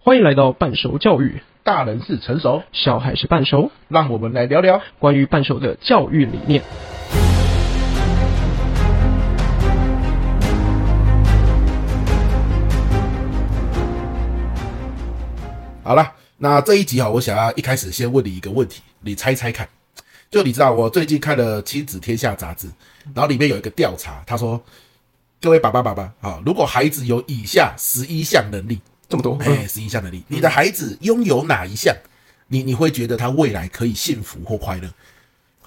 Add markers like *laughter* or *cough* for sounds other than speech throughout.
欢迎来到半熟教育，大人是成熟，小孩是半熟，让我们来聊聊。关于半熟的教育理念。好啦，那这一集啊，我想要一开始先问你一个问题，你猜猜看。就你知道，我最近看了《亲子天下》杂志，然后里面有一个调查，他说，各位爸爸爸爸啊，如果孩子有以下十一项能力，这么多，哎，十一项能力，你的孩子拥有哪一项，你你会觉得他未来可以幸福或快乐？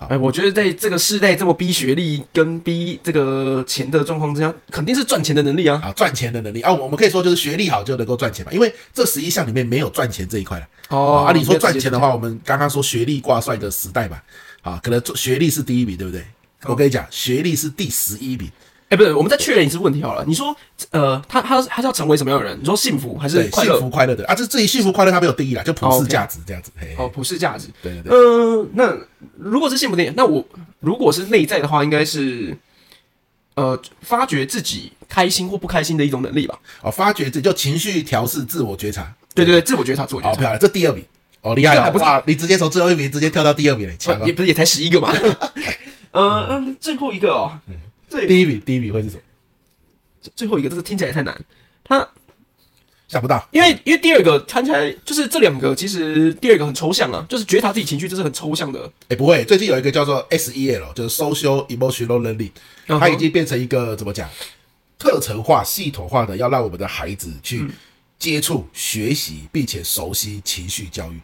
哎，我觉得在这个世代这么逼学历跟逼这个钱的状况之下，肯定是赚钱的能力啊。啊，赚钱的能力啊，我我们可以说就是学历好就能够赚钱嘛，因为这十一项里面没有赚钱这一块了。哦啊，你说赚钱的话，我们刚刚说学历挂帅的时代嘛，啊，可能做学历是第一名，对不对？我跟你讲，学历是第十一名，哎，不是，我们再确认一次问题好了。你说，呃，他他他是要成为什么样的人？你说幸福还是对，快幸乐？福快乐的啊，这至于幸福快乐，它没有定义啦，就普哦世，OK 价值这样子。嘿哦，普世价值。对对对，嗯、那如果是幸福点，那我如果是内在的话，应该是呃，发掘自己开心或不开心的一种能力吧。哦，发掘自己就情绪调试、自我觉察，对对对，自我觉察，自我觉好察。漂亮，这第二名，哦，厉害这还了，不是哇，你直接从最后一名直接跳到第二名了，强呃啊也！不是也才十一个嘛。 *laughs* 呃，嗯最后一个哦，最第一名，第一名会是什么？最后一个，这个听起来太难。他想不到，因为因为第二个看起来就是这两个，其实第二个很抽象啊，就是觉察自己情绪，这是很抽象的。哎，不会，最近有一个叫做 SEL，就是 Social Emotional Learning，嗯哼它已经变成一个怎么讲，课程化、系统化的，要让我们的孩子去接触、学习，并且熟悉情绪教育。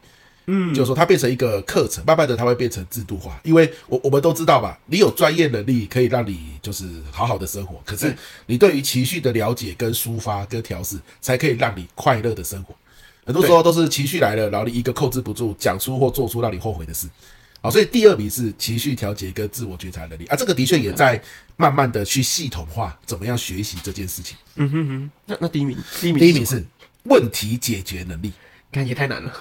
嗯，就是说它变成一个课程，慢慢的它会变成制度化，因为我我们都知道嘛，你有专业能力可以让你就是好好的生活，可是你对于情绪的了解、跟抒发、跟调试，才可以让你快乐的生活。很多时候都是情绪来了，然后你一个控制不住，讲出或做出让你后悔的事。好，所以第二名是情绪调节跟自我觉察能力啊，这个的确也在慢慢的去系统化怎么样学习这件事情。嗯哼哼，那那第一名，第一名，第一名，是问题解决能力， *laughs* 看也太难了。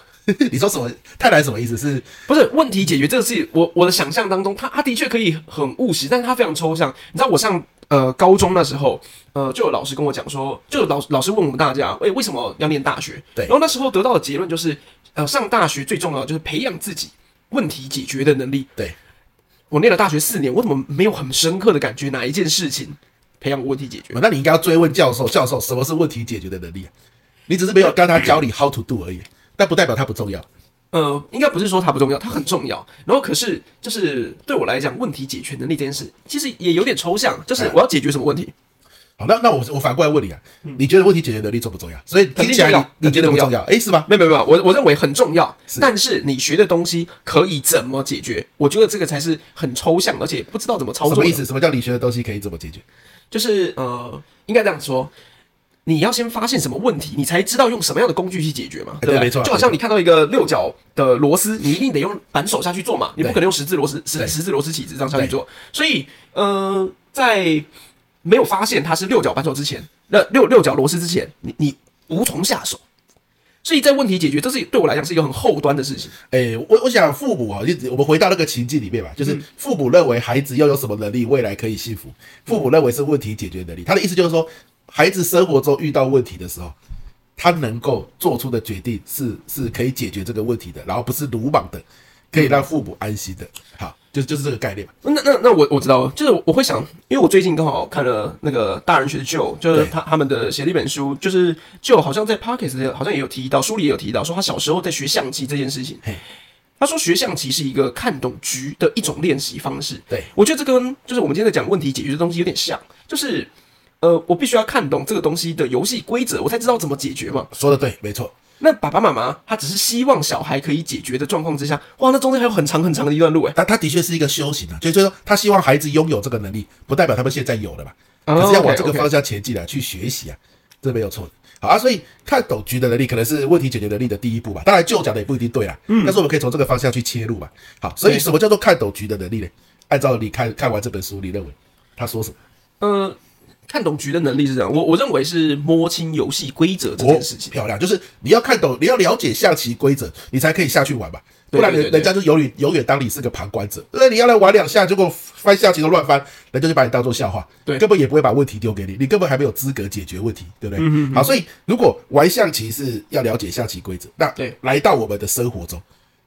你说什么？太难什么意思？是不是问题解决，这个是我我的想象当中，他他的确可以很务实，但是他非常抽象。你知道我上呃高中那时候，呃就有老师跟我讲说，就有老老师问我们大家，诶、为什么要念大学？对然后那时候得到的结论就是，呃上大学最重要的就是培养自己问题解决的能力。对，我念了大学四年，我怎么没有很深刻的感觉哪一件事情培养问题解决？那你应该要追问教授，教授什么是问题解决的能力、啊？你只是没有刚他教你 how to do 而已，但不代表它不重要。呃，应该不是说它不重要，它很重要。然后可是就是对我来讲，问题解决能力这件事，其实也有点抽象，就是我要解决什么问题。好，那那我我反过来问你啊，你觉得问题解决能力重不重要？所以听起嗯肯定重来要你你觉得不重要？诶，是吧？没有没有没有，我我认为很重要，但是你学的东西可以怎么解决？我觉得这个才是很抽象，而且不知道怎么操什作。么意？思？什么叫你学的东西可以怎么解决？就是呃，应该这样说。你要先发现什么问题，你才知道用什么样的工具去解决嘛，哎不对？对没错就好像你看到一个六角的螺丝，你一定得用扳手下去做嘛，你不可能用十字螺丝、十对十字螺丝起子这样下去做。所以，呃，在没有发现它是六角扳手之前，那六六角螺丝之前，你你无从下手。所以在问题解决，这是对我来讲是一个很后端的事情。诶，哎我我想父母啊，一直我们回到那个情境里面吧，就是父母认为孩子要有什么能力，未来可以幸福。父母认为是问题解决能力，他的意思就是说，孩子生活中遇到问题的时候，他能够做出的决定是是可以解决这个问题的，然后不是鲁莽的，可以让父母安心的。好，就就是这个概念嘛。那那那我我知道，了，就是我会想，因为我最近刚好看了那个大人学的 Joe，就是对他他们的写了一本书，就是 Joe 好像在 Pockets 好像也有提到，书里也有提到，说他小时候在学象棋这件事情嘿。他说学象棋是一个看懂局的一种练习方式。对我觉得这跟就是我们今天在讲问题解决的东西有点像，就是呃，我必须要看懂这个东西的游戏规则，我才知道怎么解决嘛。说的对，没错。那爸爸妈妈他只是希望小孩可以解决的状况之下，哇，那中间还有很长很长的一段路哎。但他的确是一个修行啊，就就是说他希望孩子拥有这个能力，不代表他们现在有了嘛，可是要往这个 OK，OK 方向前进啊，去学习啊，这没有错的。好啊，所以看懂局的能力可能是问题解决能力的第一步吧。当然，就讲的也不一定对啦，嗯，但是我们可以从这个方向去切入嘛。好，所以什么叫做看懂局的能力呢？按照你看看完这本书，你认为他说什么？呃，看懂局的能力是这样，我我认为是摸清游戏规则这哦件事，情。漂亮！就是你要看懂，你要了解下棋规则，你才可以下去玩吧。不然对对人对人家就永远永远当你是个旁观者。那你要来玩两下，结果翻下棋都乱翻，人家就把你当做笑话。对根本也不会把问题丢给你，你根本还没有资格解决问题，对不嗯对？好，所以如果玩象棋是要了解下棋规则，那对来到我们的生活中，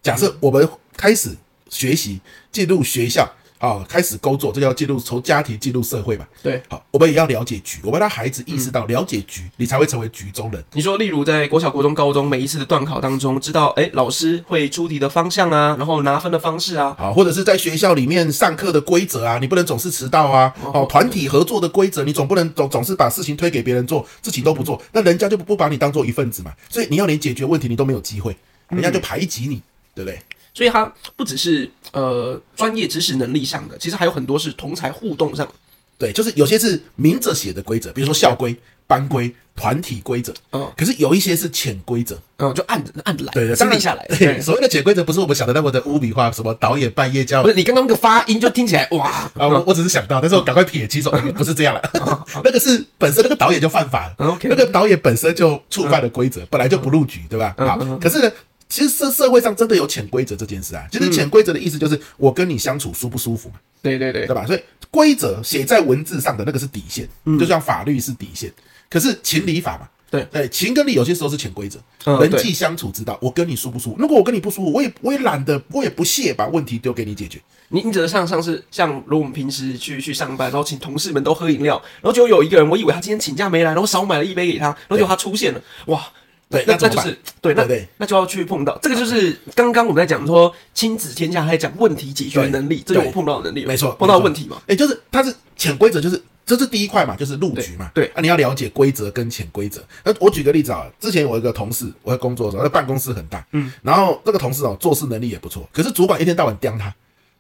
假设我们开始学习，进入学校。啊、开始工作，这个要进入从家庭进入社会嘛？对好，我们也要了解局，我们让孩子意识到了解局，你才会成为局中人。你说，例如在国小、国中、高中每一次的段考当中，知道哎老师会出题的方向啊，然后拿分的方式啊，啊，或者是在学校里面上课的规则啊，你不能总是迟到啊。哦，团体合作的规则，你总不能总总是把事情推给别人做，自己都不做，那人家就不不把你当做一份子嘛。所以你要连解决问题你都没有机会，人家就嗯排挤你，对不对？所以它不只是呃专业知识能力上的，其实还有很多是同才互动上的。对，就是有些是明着写的规则，比如说校规、班规、团体规则。嗯可是有一些是潜规则，嗯，就按着按着来，对对，私当底然下来。对，所谓的潜规则不是我们想的那么的污名化，什么导演半夜叫不是你刚刚那个发音就听起来哇， *laughs* 啊，我我只是想到，但是我赶快 *laughs* 撇清说、嗯不是这样了， *laughs* 那个是本身那个导演就犯法了嗯，OK *laughs* 嗯那个导演本身就触犯了规则，本来就不入局，对吧？好，可是呢。其实社社会上真的有潜规则这件事啊，其实潜规则的意思就是我跟你相处舒不舒服嘛，对对对对，吧？所以规则写在文字上的那个是底线，就像法律是底线，可是情理法嘛，嗯对对，情跟理有些时候是潜规则，嗯人对际相处之道，我跟你舒不舒服？如果我跟你不舒服，我也我也懒得，我也不屑把问题丢给你解决，你你指的上上是像如果我们平时去去上班，然后请同事们都喝饮料，然后就有一个人，我以为他今天请假没来，然后少买了一杯给他，然后就他出现了，哇！对那那那怎么就办是对，那对不对那就要去碰到这个，就是刚刚我们在讲说亲子天下，还讲问题解决对能力，这是对我碰到的能力，没错，碰到没错问题嘛，哎、就是它是潜规则，就是这是第一块嘛，就是入局嘛。对对啊，你要了解规则跟潜规则。那我举个例子啊，之前我有一个同事，我在工作的时候，那办公室很大，嗯，然后这个同事哦，做事能力也不错，可是主管一天到晚刁他，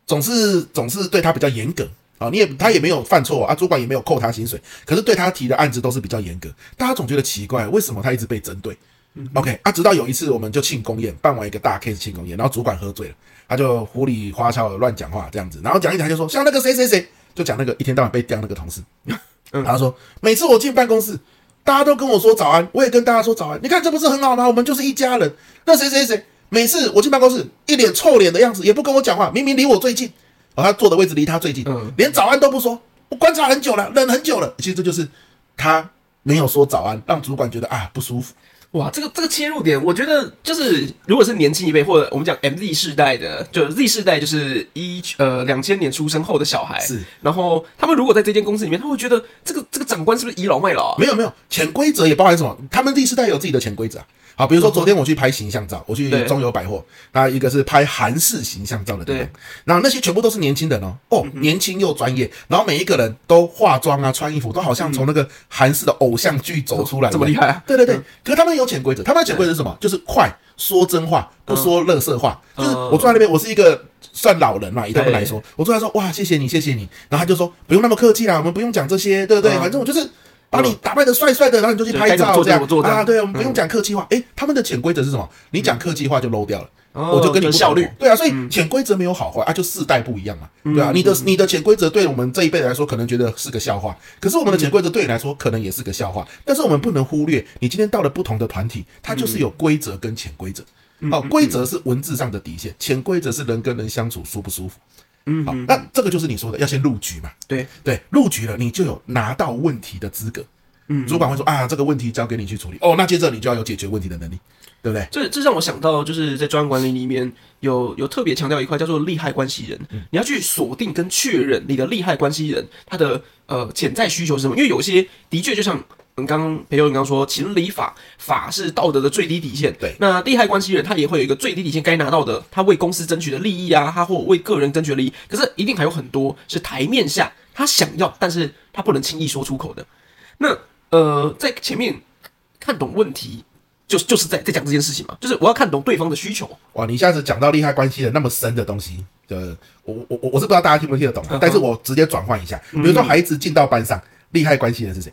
总是总是对他比较严格。啊，你也他也没有犯错啊，主管也没有扣他薪水，可是对他提的案子都是比较严格，大家总觉得奇怪，为什么他一直被针对？OK 嗯啊，直到有一次我们就庆功宴，办完一个大 case 庆功宴，然后主管喝醉了，他就糊里花俏的乱讲话这样子，然后讲一讲就说像那个谁谁谁，就讲那个一天到晚被刁那个同事，然后说每次我进办公室，大家都跟我说早安，我也跟大家说早安，你看这不是很好吗？我们就是一家人。那谁谁谁每次我进办公室一脸臭脸的样子，也不跟我讲话，明明离我最近，哦，他坐的位置离他最近，嗯连早安都不说，我观察很久了，忍很久了，其实这就是他没有说早安，让主管觉得啊不舒服。哇，这个这个切入点，我觉得就是如果是年轻一辈，或者我们讲 M Z 世代的，就 Z 世代就是一呃两千年出生后的小孩，是，然后他们如果在这间公司里面，他会觉得这个这个长官是不是倚老卖老啊？没有没有，潜规则也包含什么？他们第四代有自己的潜规则啊。好，比如说昨天我去拍形象照，我嗯去对中友百货，那一个是拍韩式形象照的地方对，嗯然后那些全部都是年轻人哦，哦，年轻又专业，然后每一个人都化妆啊，穿衣服都好像从那个韩式的偶像剧走出来，这嗯么厉害啊对对对，可是他们有潜规则，他们的潜规则是什么？就是快说真话，不说乐色话。嗯就是我坐在那边，我是一个算老人嘛，以他们来说，我坐在说哇，谢谢你，谢谢你。然后他就说不用那么客气啦，我们不用讲这些，对不对？嗯反正我就是。把你打扮的帅帅的，然后你就去拍照，对该这怎样么做嗯怎么做这样啊？对，我们不用讲客气话。诶，他们的潜规则是什么？你嗯讲客气话就 low 掉了，我就跟你有不效率同对啊，所以潜规则没有好坏啊，就世代不一样嘛，对啊，你的你的潜规则对我们这一辈来说可能觉得是个笑话，可是我们的潜规则对你来说可能也是个笑话，但是我们不能忽略，你今天到了不同的团体，它就是有规则跟潜规则。好，规则是文字上的底线，潜规则是人跟人相处舒不舒服。嗯，好，那这个就是你说的要先入局嘛，对，对，入局了，你就有拿到问题的资格。嗯，主管会说啊，这个问题交给你去处理。哦，那接着你就要有解决问题的能力，对不对？这这让我想到，就是在专案管理里面有有特别强调一块叫做利害关系人，嗯你要去锁定跟确认你的利害关系人他的呃潜在需求是什么，因为有些的确就像。嗯，刚刚裴友你刚刚说，情理法法是道德的最低底线。对那利害关系人他也会有一个最低底线该拿到的，他为公司争取的利益啊，他或为个人争取的利益。可是一定还有很多是台面下他想要，但是他不能轻易说出口的。那呃，在前面看懂问题，就是就是在在讲这件事情嘛，就是我要看懂对方的需求。哇，你一下子讲到利害关系的那么深的东西，呃，我我我我是不知道大家听不听得懂啊，嗯哼嗯但是我直接转换一下，比如说孩子进到班上，利害关系人是谁？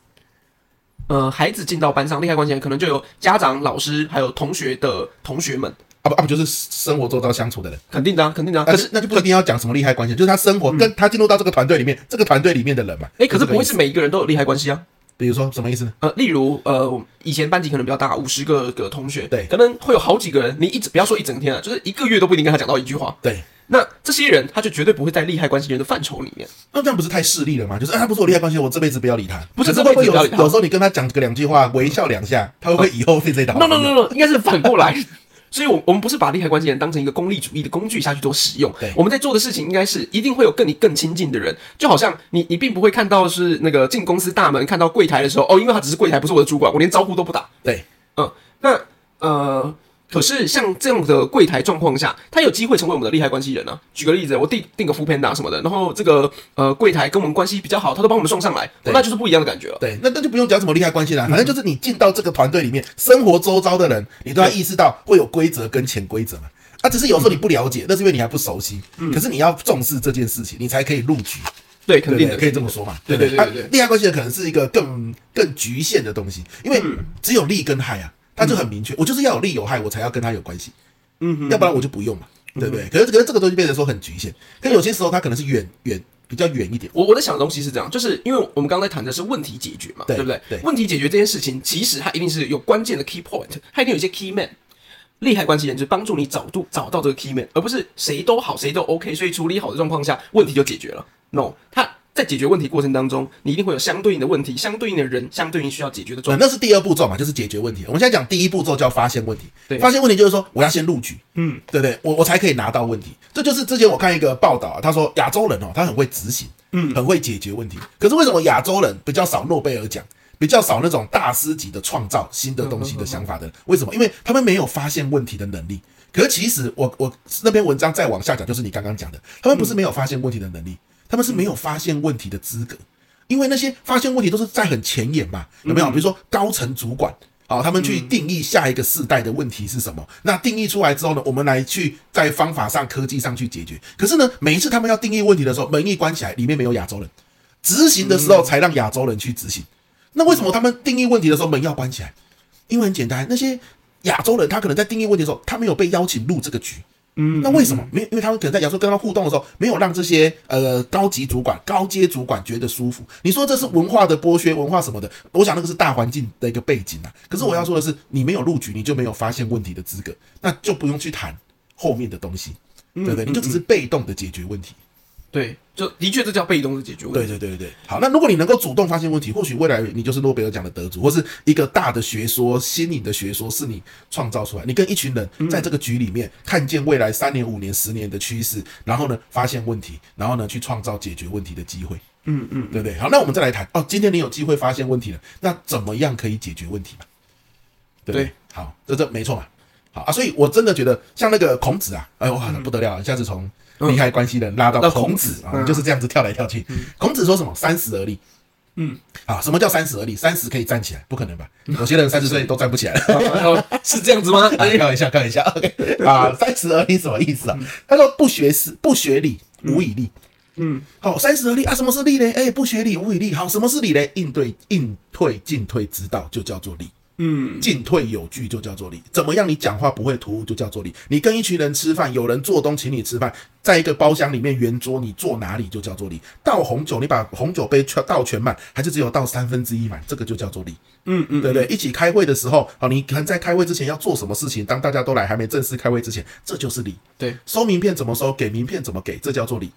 呃，孩子进到班上，利害关系人可能就有家长、老师，还有同学的同学们。啊不啊不就是生活周遭相处的人，肯定的、啊，肯定的、啊。可可是是，那就不一定要讲什么利害关系，就是他生活跟他进入到这个团队里面，这个团队里面的人嘛。嗯哎、可是就这个不会意思是每一个人都有利害关系啊。比如说什么意思呢？呃，例如，呃，我们以前班级可能比较大，五十个个同学，对可能会有好几个人，你一直不要说一整天啊，就是一个月都不一定跟他讲到一句话。对，那这些人，他就绝对不会在利害关系人的范畴里面。那这样不是太势利了吗？就是啊，他不是我利害关系，我这辈子不要理他。不是可会不会这辈子不要有理他有时候你跟他讲个两句话，微笑两下，他会不会以后变这一 *laughs* 打 No no no no，应该是反过来。 *laughs* 所以，我我们不是把利害关系人当成一个功利主义的工具下去做使用对。我们在做的事情应该是，一定会有跟你更亲近的人。就好像你，你并不会看到是那个进公司大门看到柜台的时候，哦，因为他只是柜台，不是我的主管，我连招呼都不打。对，嗯，那呃，可是像这样的柜台状况下，他有机会成为我们的利害关系人啊。举个例子，我订订个 f o o Panda 什么的，然后这个呃柜台跟我们关系比较好，他都帮我们送上来，对那就是不一样的感觉了。对，那那就不用讲什么利害关系啦，反正就是你进到这个团队里嗯面，生活周遭的人，你都要意识到会有规则跟潜规则嘛。啊，只是有时候嗯你不了解，那是因为你还不熟悉。可是你要重视这件事情，你才可以入局。对，肯对定不的，对可以这么说嘛？对对对不对啊对嗯对利害关系人可能是一个更更局限的东西，因为嗯只有利跟害啊，它就很明确，我就是要有利有害，我才要跟他有关系，嗯，要不然我就不用嘛，对嗯不对？可是可是这个东西变成说很局限，可有些时候它可能是远远比较远一点，我我在想的东西是这样，就是因为我们刚才谈的是问题解决嘛，对对不对？对问题解决这件事情，其实它一定是有关键的 key point，它一定有一些 key man。利害关系人就是帮助你找度找到这个 key man，而不是谁都好谁都 OK，所以处理好的状况下，问题就解决了。No，他在解决问题过程当中，你一定会有相对应的问题、相对应的人、相对应需要解决的状对，那是第二步骤嘛，就是解决问题。我们现在讲第一步骤叫发现问题，对发现问题就是说我要先入局，嗯，对不对？我我才可以拿到问题。这就是之前我看一个报道啊，他说亚洲人哦，他很会执行，嗯，很会解决问题。可是为什么亚洲人比较少诺贝尔奖，比较少那种大师级的创造新的东西的想法的人？为什么？因为他们没有发现问题的能力。可是其实我我那篇文章再往下讲，就是你刚刚讲的，他们不是没有发现问题的能力，他们是没有发现问题的资格。因为那些发现问题都是在很前沿嘛，有没有？比如说高层主管，好、他们去定义下一个世代的问题是什么。那定义出来之后呢，我们来去在方法上、科技上去解决。可是呢，每一次他们要定义问题的时候，门一关起来，里面没有亚洲人，执行的时候才让亚洲人去执行。那为什么他们定义问题的时候门要关起来？因为很简单，那些亚洲人他可能在定义问题的时候，他没有被邀请入这个局。嗯，那为什么没有？因为他们可能在亚洲跟他互动的时候，没有让这些呃高级主管、高阶主管觉得舒服。你说这是文化的剥削，文化什么的？我想那个是大环境的一个背景啊。可是我要说的是，你没有入局，你就没有发现问题的资格，那就不用去谈后面的东西，对不对？你就只是被动的解决问题。对，就的确这叫被动的解决问对题。对对对对，好，那如果你能够主动发现问题，或许未来你就是诺贝尔奖的得主，或是一个大的学说、新颖的学说是你创造出来。你跟一群人在这个局里面、看见未来三年、五年、十年的趋势，然后呢发现问题，然后呢去创造解决问题的机会。嗯嗯，对不对？好，那我们再来谈哦，今天你有机会发现问题了，那怎么样可以解决问题嘛？对不对对好，这这没错嘛。好啊，所以我真的觉得像那个孔子啊，哎呦哇，不得了，一下子从利害关系人拉到到孔孔子子啊，嗯就是这样子跳来跳去。孔子说什么？三十而立。嗯，啊，什么叫三十而立？三十可以站起来，不可能吧？有些人三十岁都站不起来了。 *laughs* 哦是这样子 *laughs* 吗？啊，开玩笑，开玩笑。OK *laughs* 啊，三十而立什么意思啊？他说不学思，不学理，无以立。嗯，好，三十而立啊，什么是立呢？哎、不学理，无以立。好，什么是理呢？应对应退进退之道就叫做理。嗯，进退有据就叫做理。怎么样？你讲话不会突兀就叫做理。你跟一群人吃饭，有人做东请你吃饭，在一个包厢里面圆桌，你坐哪里就叫做理。倒红酒，你把红酒杯全倒全满，还是只有倒三分之一满，这个就叫做理。嗯对不对？一起开会的时候，好，你可能在开会之前要做什么事情？当大家都来还没正式开会之前，这就是理。对，收名片怎么收，给名片怎么给，这叫做理，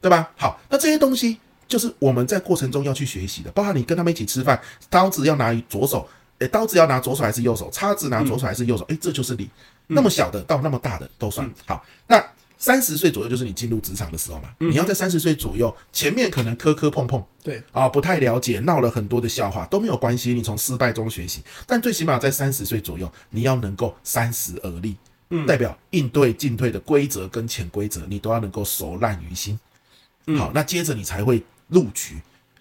对吧？好，那这些东西就是我们在过程中要去学习的，包含你跟他们一起吃饭，刀子要拿左手，诶，刀子要拿左手还是右手？叉子拿左手还是右手？诶，哎这就是理。那么小的到那么大的都算、好。那三十岁左右就是你进入职场的时候嘛，你要在三十岁左右，前面可能磕磕碰碰，对啊，不太了解，闹了很多的笑话都没有关系，你从失败中学习。但最起码在三十岁左右，你要能够三十而立，嗯，代表应对进退的规则跟潜规则，你都要能够熟烂于心。好，那接着你才会入局，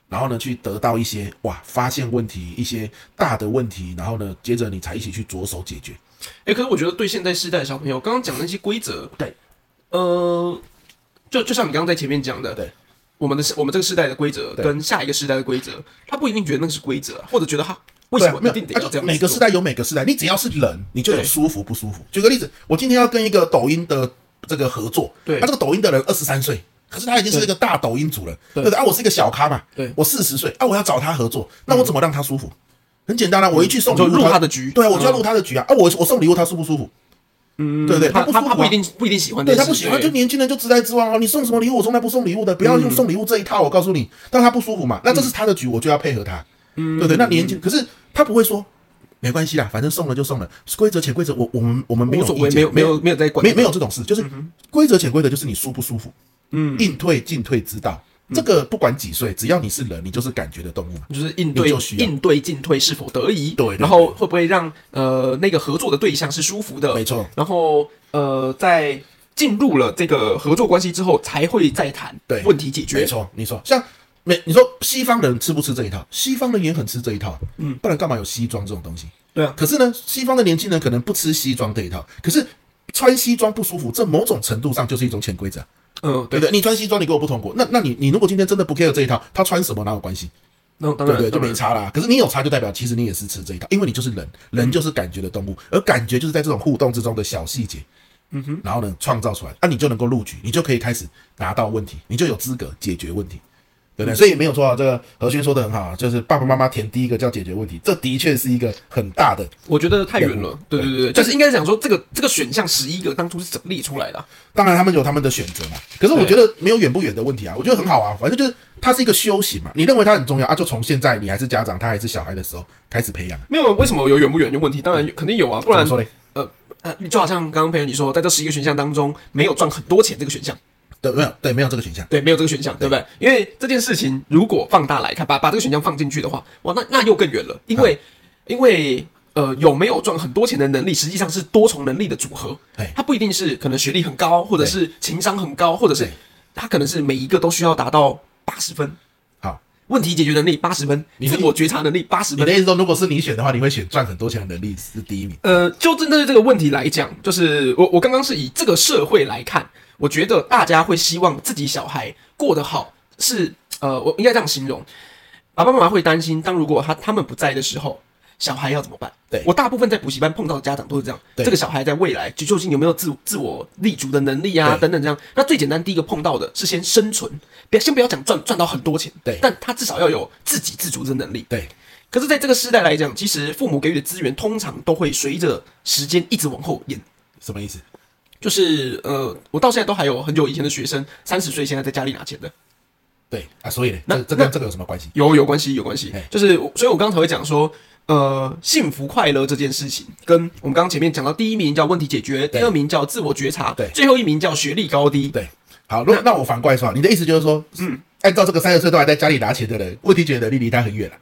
然后呢去得到一些哇，发现问题一些大的问题，然后呢接着你才一起去着手解决。哎、可是我觉得对现在世代的小朋友，刚刚讲的那些规则，对，呃，就就像你刚刚在前面讲的，对，我们的世我们这个世代的规则跟下一个世代的规则，他不一定觉得那是规则啊，或者觉得他为对什啊么，没一有定得啊要就这样？每个时，代有每个时代，你只要是人，你就有对舒服不舒服。举个例子，我今天要跟一个抖音的这个合作，啊对那、这个抖音的人二十三岁，可是他已经是一个大抖音主人，对对不对啊，我是一个小咖嘛，对我四十岁啊，我要找他合作，那我怎么让他舒服？很简单啊，我一去送嗯礼就入物，他的局嗯对啊，我就要入他的局啊，啊，我我送礼物他舒不舒服？嗯，对不对？他不舒他服、他啊，不一定不一定喜欢这对件他事，不喜欢，就年轻人就直来直往哦。你送什么礼物，我从来不送礼物的，不要用送礼物这一套。我告诉你，但他不舒服嗯嘛，那这是他的局，我就要配合他，嗯，对不对？那年轻，可是他不会说没关系啦，反正送了就送了，规则且规则，我我们我们没无有所意谓，见，没有没有没有在管，嗯没有没有这种事，就是规则且规则，就是你舒不舒服，嗯，应退进退之道，嗯这个不管几岁，只要你是人，你就是感觉的动物嘛。就是应对你就需要应对进退是否得宜，对对然后会不会让呃那个合作的对象是舒服的，没错然后呃在进入了这个合作关系之后，才会再谈对问题解决，没错，你说像美，你说西方人吃不吃这一套？西方人也很吃这一套，嗯，不然干嘛有西装这种东西？对啊可是呢，西方的年轻人可能不吃西装这一套，可是穿西装不舒服，这某种程度上就是一种潜规则啊，嗯，对对不，对？你穿西装，你跟我不同国，那那你你如果今天真的不 care 这一套，他穿什么哪有关系？那当对然不对？就当然没差啦。可是你有差，就代表其实你也是吃这一套，因为你就是人，人就是感觉的动物，而感觉就是在这种互动之中的小细节，嗯哼，然后呢创造出来，那、啊你就能够录取，你就可以开始拿到问题，你就有资格解决问题，对不对？所以没有错啊，这个何轩说的很好啊，就是爸爸妈妈填第一个叫解决问题，这的确是一个很大的。我觉得太远了，对对对对，对就是应该是讲说这个这个选项十一个当初是怎么列出来的啊、当然，他们有他们的选择嘛。可是我觉得没有远不远的问题啊，我觉得很好啊。反正就是它是一个修行嘛。你认为它很重要啊，就从现在你还是家长，他还是小孩的时候开始培养啊。没有为什么有远不远的问题，当然有肯定有啊，不怎然么说嘞？呃呃，就好像刚刚朋友你说，在这十一个选项当中，没有赚很多钱这个选项，对，没有对，没有这个选项。对，没有这个选项，对不对？因为这件事情如果放大来看，把把这个选项放进去的话，哇，那那又更远了，因为、因为。呃，有没有赚很多钱的能力，实际上是多重能力的组合对。它不一定是可能学历很高，或者是情商很高，或者是对它可能是每一个都需要达到八十分，好，问题解决能力八十分，自我觉察能力八十你的分。意思说，如果是你选的话，你会选赚很多钱的能力是第一名？呃，就针对这个问题来讲，就是我我刚刚是以这个社会来看，我觉得大家会希望自己小孩过得好，是呃，我应该这样形容，爸爸妈妈会担心，当如果他他们不在的时候。小孩要怎么办？对我大部分在补习班碰到的家长都是这样。对这个小孩在未来究竟有没有自自我立足的能力啊？对等等这样。那最简单第一个碰到的是先生存，别先不要讲赚赚到很多钱，对但他至少要有自给自足的能力。对，可是，在这个时代来讲，其实父母给予的资源通常都会随着时间一直往后延。什么意思？就是呃，我到现在都还有很久以前的学生，三十岁现在在家里拿钱的，对啊，所以呢，那这这跟那这个有什么关系？有有关系，有关系哎。就是，所以我刚才会讲说，呃，幸福快乐这件事情，跟我们刚刚前面讲到，第一名叫问题解决，第对二名叫自我觉察，对最后一名叫学历高低。对，好，如果那我反过来说啊，你的意思就是说，嗯，按照这个三十岁都还在家里拿钱的人，问题解决能力离他很远了、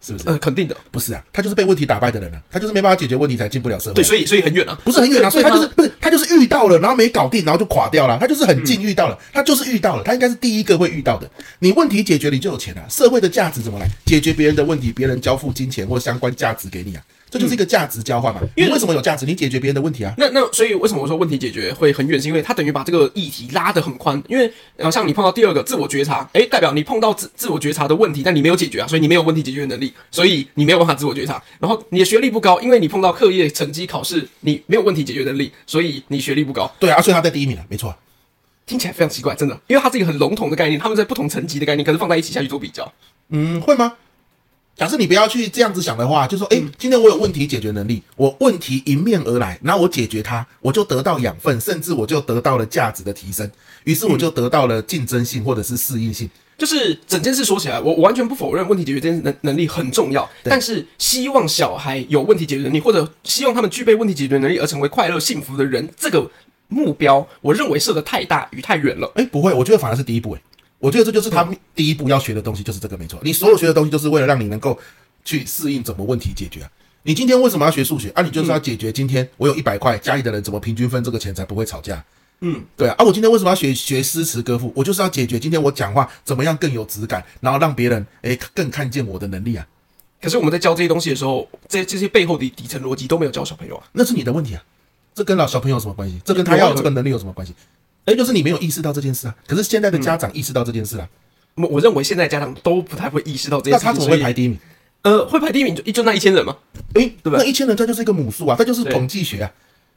是不是？呃，肯定的，不是啊，他就是被问题打败的人啊，他就是没办法解决问题才进不了社会啊、对，所以所以很远啊，不是很远啊，所以他就是吗不是他就是遇到了，然后没搞定，然后就垮掉了。他就是很近遇到了，他就是遇到了，他应该是第一个会遇到的。你问题解决，你就有钱啊。社会的价值怎么来？解决别人的问题，别人交付金钱或相关价值给你啊，这就是一个价值交换嘛。嗯因为你为什么有价值？你解决别人的问题啊。那那所以为什么我说问题解决会很远，是因为它等于把这个议题拉得很宽。因为呃，像你碰到第二个自我觉察，诶，代表你碰到自自我觉察的问题，但你没有解决啊，所以你没有问题解决能力，所以你没有办法自我觉察。然后你的学历不高，因为你碰到课业成绩考试，你没有问题解决能力，所以你学历不高。对啊，所以他在第一名了，没错啊。听起来非常奇怪，真的，因为它是一个很笼统的概念，他们在不同层级的概念，可是放在一起下去做比较。嗯，会吗？假设你不要去这样子想的话，就说，嗯诶，今天我有问题解决能力，我问题迎面而来，然后我解决它，我就得到养分，甚至我就得到了价值的提升，于是嗯我就得到了竞争性或者是适应性。就是整件事说起来，我我完全不否认问题解决这件能能力很重要，但是希望小孩有问题解决能力，或者希望他们具备问题解决能力而成为快乐幸福的人，这个目标我认为设的太大与太远了。哎，不会，我觉得反而是第一步。哎，我觉得这就是他嗯们第一步要学的东西，就是这个没错。你所有学的东西，就是为了让你能够去适应怎么问题解决啊。你今天为什么要学数学啊？你就是嗯要解决今天我有一百块，家里的人怎么平均分这个钱才不会吵架。嗯，对啊。啊，我今天为什么要学学诗词歌赋？我就是要解决今天我讲话怎么样更有质感，然后让别人哎更看见我的能力啊。可是我们在教这些东西的时候，这这些背后的底层逻辑都没有教小朋友啊。那是你的问题啊，这跟老小朋友有什么关系？这跟他要有这个能力有什么关系？哎，就是你没有意识到这件事啊。可是现在嗯的家长意识到这件事啊，我我认为现在家长都不太会意识到这些那事情，他怎么会所以排第一名？呃，会排第一名就就那一千人嘛，诶，对吧那一千人它就是一个母数啊，它就是对统计学啊。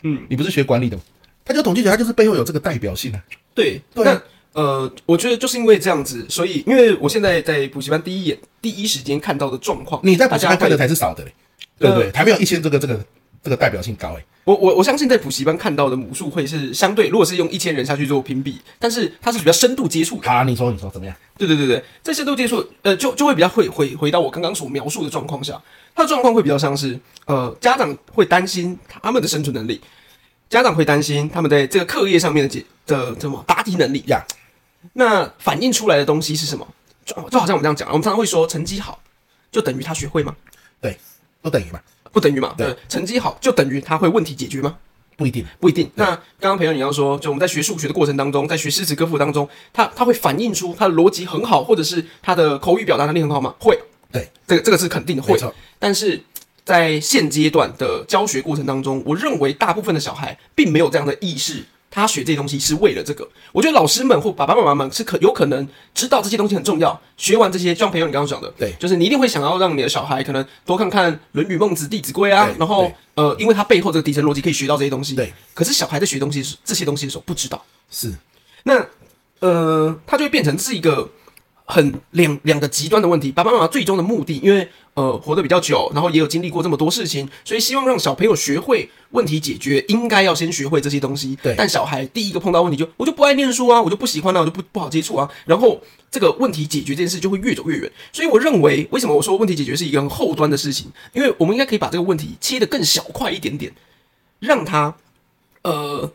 嗯，你不是学管理的吗？它就统计学，它就是背后有这个代表性啊。对，对那呃，我觉得就是因为这样子，所以因为我现在在补习班第一眼第一时间看到的状况，你在补习班大家看会的才是少的嘞，对不对？还没有一千这个这个这个代表性高诶。我我我相信在补习班看到的母数会是相对，如果是用一千人下去做评比，但是它是比较深度接触的。好，你说你说怎么样？对对对对，在深度接触，呃，就就会比较会回回到我刚刚所描述的状况下，它的状况会比较像是，呃，家长会担心他们的生存能力，家长会担心他们在这个课业上面的解的怎么答题能力呀，那反映出来的东西是什么？就就好像我们这样讲，我们常常会说成绩好就等于他学会吗？对，都等于嘛，不等于嘛？对呃，成绩好就等于他会问题解决吗？不一定。不一定。那刚刚朋友你要说，就我们在学数学的过程当中，在学诗词歌赋当中，他他会反映出他的逻辑很好，或者是他的口语表达能力很好吗？会，对，这个这个是肯定的没会。错，但是在现阶段的教学过程当中，我认为大部分的小孩并没有这样的意识。他学这些东西是为了这个，我觉得老师们或爸爸妈妈们是可有可能知道这些东西很重要，学完这些，就像朋友你刚刚讲的，对就是你一定会想要让你的小孩可能多看看《论语》《孟子》《弟子规》啊对，然后对呃，因为他背后这个底层逻辑可以学到这些东西，对。可是小孩在学东西时这些东西的时候不知道，是那呃，它就会变成是一个很两两个极端的问题。爸爸妈妈最终的目的，因为呃活得比较久，然后也有经历过这么多事情，所以希望让小朋友学会问题解决，应该要先学会这些东西。对但小孩第一个碰到问题就我就不爱念书啊，我就不喜欢啊，我就不不好接触啊，然后这个问题解决这件事就会越走越远。所以我认为，为什么我说问题解决是一个很后端的事情？因为我们应该可以把这个问题切得更小块一点点，让它呃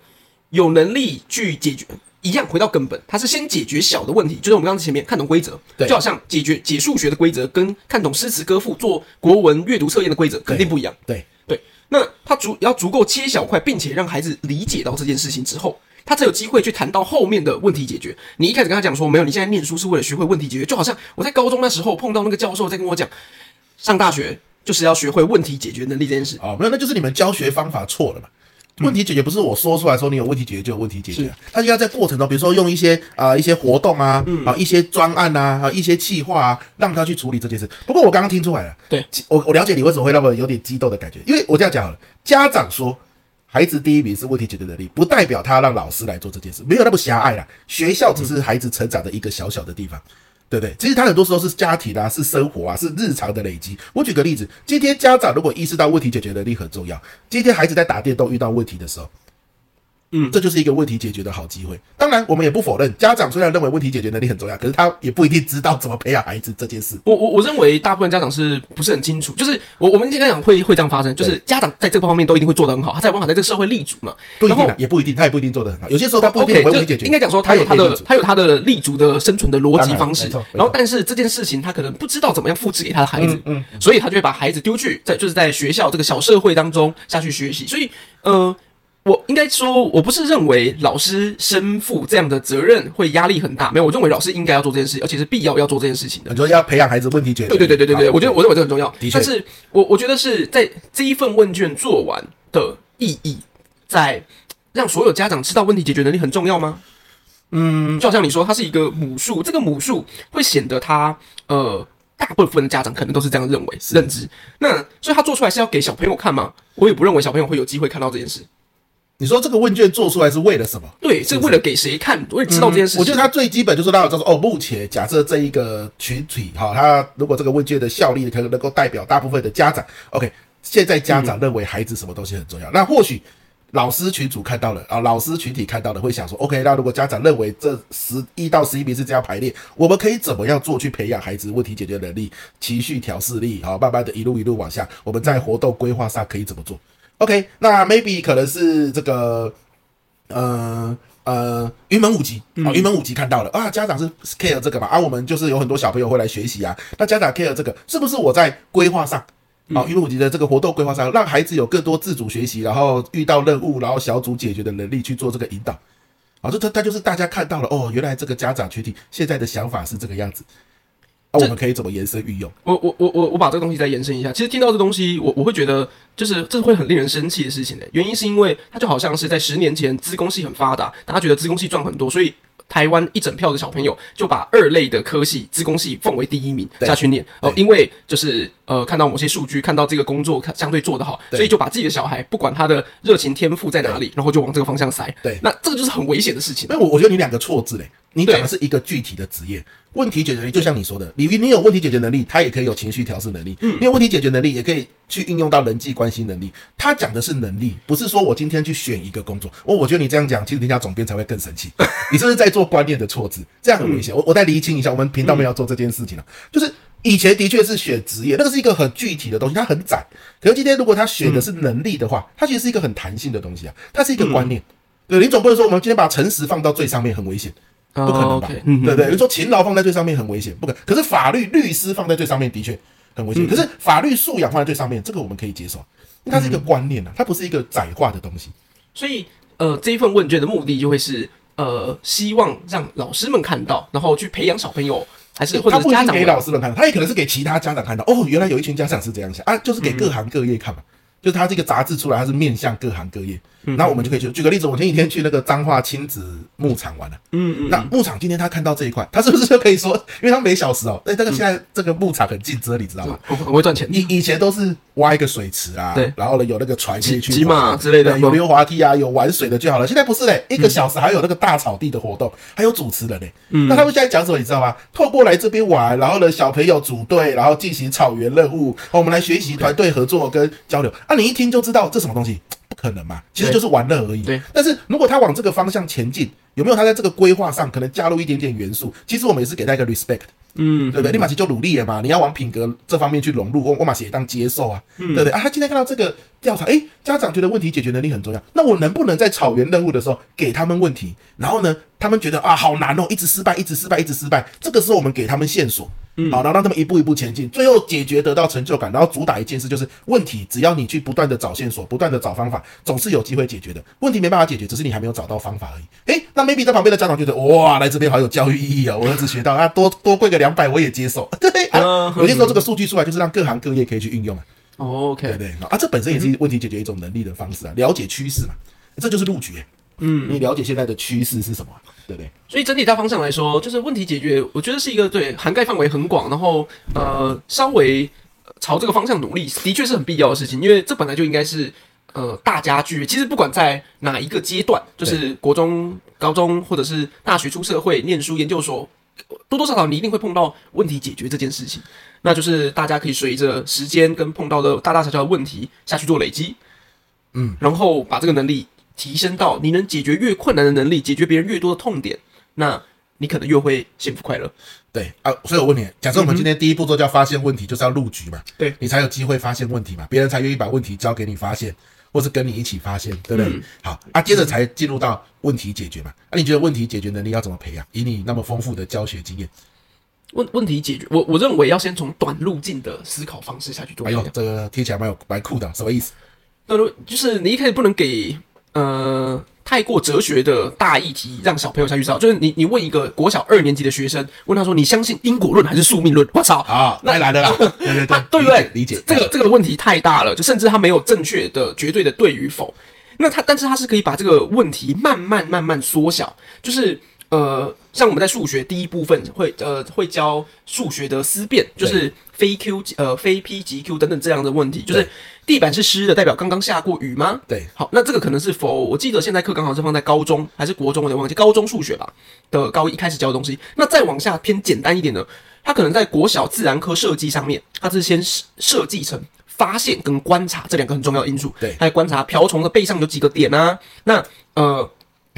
有能力去解决。一样回到根本，它是先解决小的问题，就是我们刚刚前面看懂规则，对就好像解决解数学的规则跟看懂诗词歌赋做国文阅读测验的规则肯定不一样。对，对，那他足要足够切小块，并且让孩子理解到这件事情之后，他才有机会去谈到后面的问题解决。你一开始跟他讲说，没有，你现在念书是为了学会问题解决，就好像我在高中那时候碰到那个教授在跟我讲，上大学就是要学会问题解决能力这件事。哦，没有，那就是你们教学方法错了嘛。问题解决不是我说出来说你有问题解决就有问题解决、啊，他就要在过程中，比如说用一些啊、呃一些活动啊，啊一些专案啊，啊一些计划啊，让他去处理这件事。不过我刚刚听出来了，对，我我了解你为什么会那么有点激动的感觉，因为我这样讲好了，家长说孩子第一名是问题解决能力，不代表他让老师来做这件事，没有那么狭隘啦。学校只是孩子成长的一个小小的地方，对不对？其实他很多时候是家庭啊，是生活啊，是日常的累积。我举个例子，今天家长如果意识到问题解决能力很重要，今天孩子在打电动遇到问题的时候。嗯这就是一个问题解决的好机会。当然，我们也不否认，家长虽然认为问题解决能力很重要，可是他也不一定知道怎么培养孩子这件事。我我我认为大部分家长是不是很清楚？就是我我们今天讲会会这样发生，就是家长在这个方面都一定会做得很好，他才有办法在这个社会立足嘛。不一然定后哦啊，也不一定，他也不一定做得很好。有些时候他不一 OK，定很会就问题解决，应该讲说他有他也可以立的足他有他的立足的生存的逻辑方式当然没错没，错然后但是这件事情他可能不知道怎么样复制给他的孩子，嗯所以他就会把孩子丢去在就是在学校这个小社会当中下去学习，所以呃。我应该说，我不是认为老师身负这样的责任会压力很大，没有，我认为老师应该要做这件事，而且是必要要做这件事情的。你说要培养孩子问题解决，对对对对对对，好我觉得我认为这很重要。的确但是我我觉得是在这一份问卷做完的意义，在让所有家长知道问题解决能力很重要吗？嗯，就好像你说，它是一个母数，这个母数会显得它呃，大部分的家长可能都是这样认为认知。那所以他做出来是要给小朋友看吗？我也不认为小朋友会有机会看到这件事。你说这个问卷做出来是为了什么？对，是为了给谁看？为了知道这件事情。我觉得它最基本就是让我知道说，哦，目前假设这一个群体哈，他如果这个问卷的效力可能能够代表大部分的家长，OK，现在家长认为孩子什么东西很重要，那或许老师群组看到了啊，老师群体看到了会想说，OK，那如果家长认为这十一到十一名是这样排列，我们可以怎么样做去培养孩子问题解决能力、情绪调试力，好，慢慢的一路一路往下，我们在活动规划上可以怎么做？OK，那 maybe 可能是这个。呃呃，云门舞集啊，云门舞集看到了啊，家长是 care 这个嘛啊，我们就是有很多小朋友会来学习啊，那家长 care 这个是不是我在规划上？啊，云门舞集的这个活动规划上，让孩子有更多自主学习，然后遇到任务，然后小组解决的能力去做这个引导。啊，这这他就是大家看到了哦，原来这个家长群体现在的想法是这个样子，啊，我们可以怎么延伸运用？我我我我我把这个东西再延伸一下，其实听到这东西，我我会觉得就是这会很令人生气的事欸情的、原因是因为它就好像是在十年前资工系很发达，大家觉得资工系赚很多，所以。台湾一整票的小朋友就把二类的科系资工系奉为第一名对下去念哦、对因为就是呃看到某些数据，看到这个工作看相对做得好，对所以就把自己的小孩不管他的热情天赋在哪里，然后就往这个方向塞。对那这个就是很危险的事情。那我我觉得你两个错字嘞，你讲的对是一个具体的职业问题解决能力，就像你说的，你你有问题解决能力，他也可以有情绪调试能力，嗯，你有问题解决能力，也可以去运用到人际关系能力。他讲的是能力，不是说我今天去选一个工作。哦我我觉得你这样讲，其实天下总编才会更生气，你是不是在做观念的错字？这样很危险。我我再厘清一下，我们频道没有做这件事情了、就是。以前的确是选职业，那个是一个很具体的东西，它很窄。可是今天如果他选的是能力的话，它其实是一个很弹性的东西啊，它是一个观念。对，你总不能说我们今天把诚实放到最上面很危险，不可能吧？哦 OK，嗯对不对？你说勤劳放在最上面很危险，不可。可是法律律师放在最上面的确很嗯危险，可是法律素养放在最上面，这个我们可以接受，因为它是一个观念啊，嗯它不是一个窄化的东西。所以呃，这一份问卷的目的就会是呃，希望让老师们看到，然后去培养小朋友，还是或者他是不一家定长给们老师们看到，他也可能是给其他家长看到。哦，原来有一群家长是这样想啊，就是给嗯各行各业看嘛。就是他这个杂志出来，它是面向各行各业，嗯那我们就可以去举个例子，我前几天去那个彰化亲子牧场玩了，嗯嗯，那牧场今天他看到这一块，他是不是就可以说，因为他每小时哦，那这个现在这个牧场很竞争，你知道吗？我我会赚钱。以以前都是挖一个水池啊，对然后呢有那个船可以去骑骑马玩之类的嗯对有溜滑梯啊，有玩水的就好了。现在不是嘞，一个小时还有那个大草地的活动，还有主持人嘞。嗯那他们现在讲什么你知道吗？透过来这边玩，然后呢小朋友组队，然后进行草原任务，哦我们来学习团队合作跟交流。啊，你一听就知道这什么东西，不可能嘛，其实对就是玩乐而已。对但是如果他往这个方向前进，有没有他在这个规划上可能加入一点点元素？其实我们也是给他一个 respect。嗯，对不对？立马其就努力了嘛，你要往品格这方面去融入，我我马其也当接受啊，嗯对不对？啊，他今天看到这个调查，诶，家长觉得问题解决能力很重要，那我能不能在草原任务的时候给他们问题，然后呢，他们觉得啊好难哦，一直失败，一直失败，一直失败，这个时候我们给他们线索。好，然后让他们一步一步前进，最后解决得到成就感，然后主打一件事就是问题，只要你去不断的找线索，不断的找方法，总是有机会解决的。问题没办法解决，只是你还没有找到方法而已。诶，那 maybe 在旁边的家长觉得哇，来这边好有教育意义哦，我儿子学到啊，多多贵个两百我也接受。 *laughs* 对，啊嗯、有些时候这个数据出来就是让各行各业可以去运用啊，哦对 OK，不对？啊，这本身也是问题解决一种能力的方式啊，了解趋势嘛，这就是入局、嗯，你了解现在的趋势是什么啊，对不对？所以整体大方向来说，就是问题解决，我觉得是一个对涵盖范围很广，然后呃稍微呃朝这个方向努力，的确是很必要的事情，因为这本来就应该是呃大家具。其实不管在哪一个阶段，就是国中、高中或者是大学出社会念书、研究所，多多少少你一定会碰到问题解决这件事情。那就是大家可以随着时间跟碰到的大大小小的问题下去做累积，嗯，然后把这个能力提升到你能解决越困难的能力，解决别人越多的痛点，那你可能越会幸福快乐。对啊，所以我问你，假设我们今天第一步骤叫发现问题，就是要入局嘛，对你才有机会发现问题嘛，别人才愿意把问题交给你发现，或是跟你一起发现，对不对？好啊，接着才进入到问题解决嘛。啊，你觉得问题解决能力要怎么培养？以你那么丰富的教学经验，问问题解决，我我认为要先从短路径的思考方式下去做哎培养。呦，这个听起来蛮有蛮酷的，什么意思？那如就是你一开始不能给呃太过哲学的大议题让小朋友下去知道，就是你你问一个国小二年级的学生，问他说你相信因果论还是宿命论？我操啊，那太难了啦，对对他对不对？理解理解这个这个问题太大了，就甚至他没有正确的绝对的对与否。那他，但是他是可以把这个问题慢慢慢慢缩小，就是呃，像我们在数学第一部分会呃会教数学的思辨，就是非 Q 呃非 P 及 Q 等等这样的问题，就是对地板是湿的，代表刚刚下过雨吗？对好，那这个可能是否？我记得现在课刚好是放在高中还是国中，我有点忘记，高中数学吧的高一开始教的东西。那再往下偏简单一点呢，它可能在国小自然科设计上面，它是先设设计成发现跟观察这两个很重要的因素。对还有观察瓢虫的背上有几个点啊？那呃。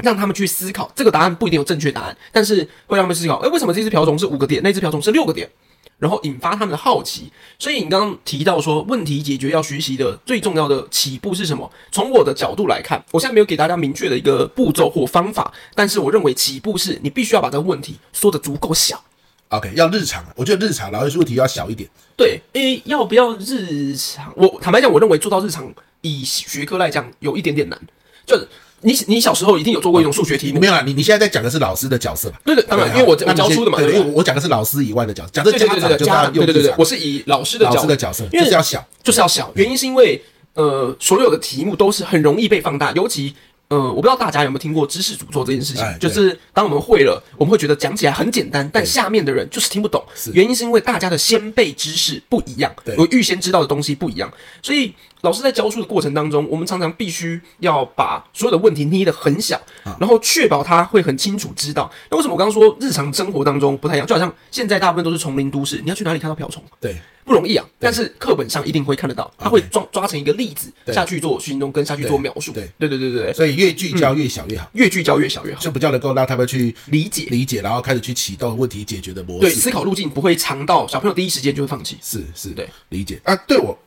让他们去思考，这个答案不一定有正确答案，但是会让他们思考，诶，为什么这只瓢虫是五个点，那只瓢虫是六个点？然后引发他们的好奇。所以你刚刚提到说，问题解决要学习的最重要的起步是什么？从我的角度来看，我现在没有给大家明确的一个步骤或方法，但是我认为起步是你必须要把这个问题缩得足够小。 OK，要日常，我觉得日常，然后问题要小一点，对，诶，要不要日常？我坦白讲，我认为做到日常，以学科来讲，有一点点难。就是你你小时候一定有做过一种数学题目没，有啦，你你现在在讲的是老师的角色嘛？对对，当然，因对为我那我你教先书的嘛，对，对因不为对？我讲的是老师以外的角色，假设对对家对长对，就对是要家对用对对日对，常我，是以老师的老角师度的角色因就为是要小，就是要小。原因是因为呃，所有的题目都是很容易被放大，尤其呃，我不知道大家有没有听过知识诅咒这件事情，哎就对是当我们会了，我们会觉得讲起来很简单，但下面的人就是听不懂。原因是因为大家的先辈知识不一样，对有预先知道的东西不一样，所以老师在教书的过程当中，我们常常必须要把所有的问题捏得很小，啊然后确保他会很清楚知道。那为什么我刚刚说日常生活当中不太一样？就好像现在大部分都是丛林都市，你要去哪里看到瓢虫？对，不容易啊，但是课本上一定会看得到，他会抓抓成一个例子下去做虚行动，跟下去做描述。对对对对对对，所以越聚焦越小越好，越聚焦越小越好，就比较能够让他们去理解理解，然后开始去启动问题解决的模对式。思考路径不会长到小朋友第一时间就会放弃。是是，对，理解啊。对我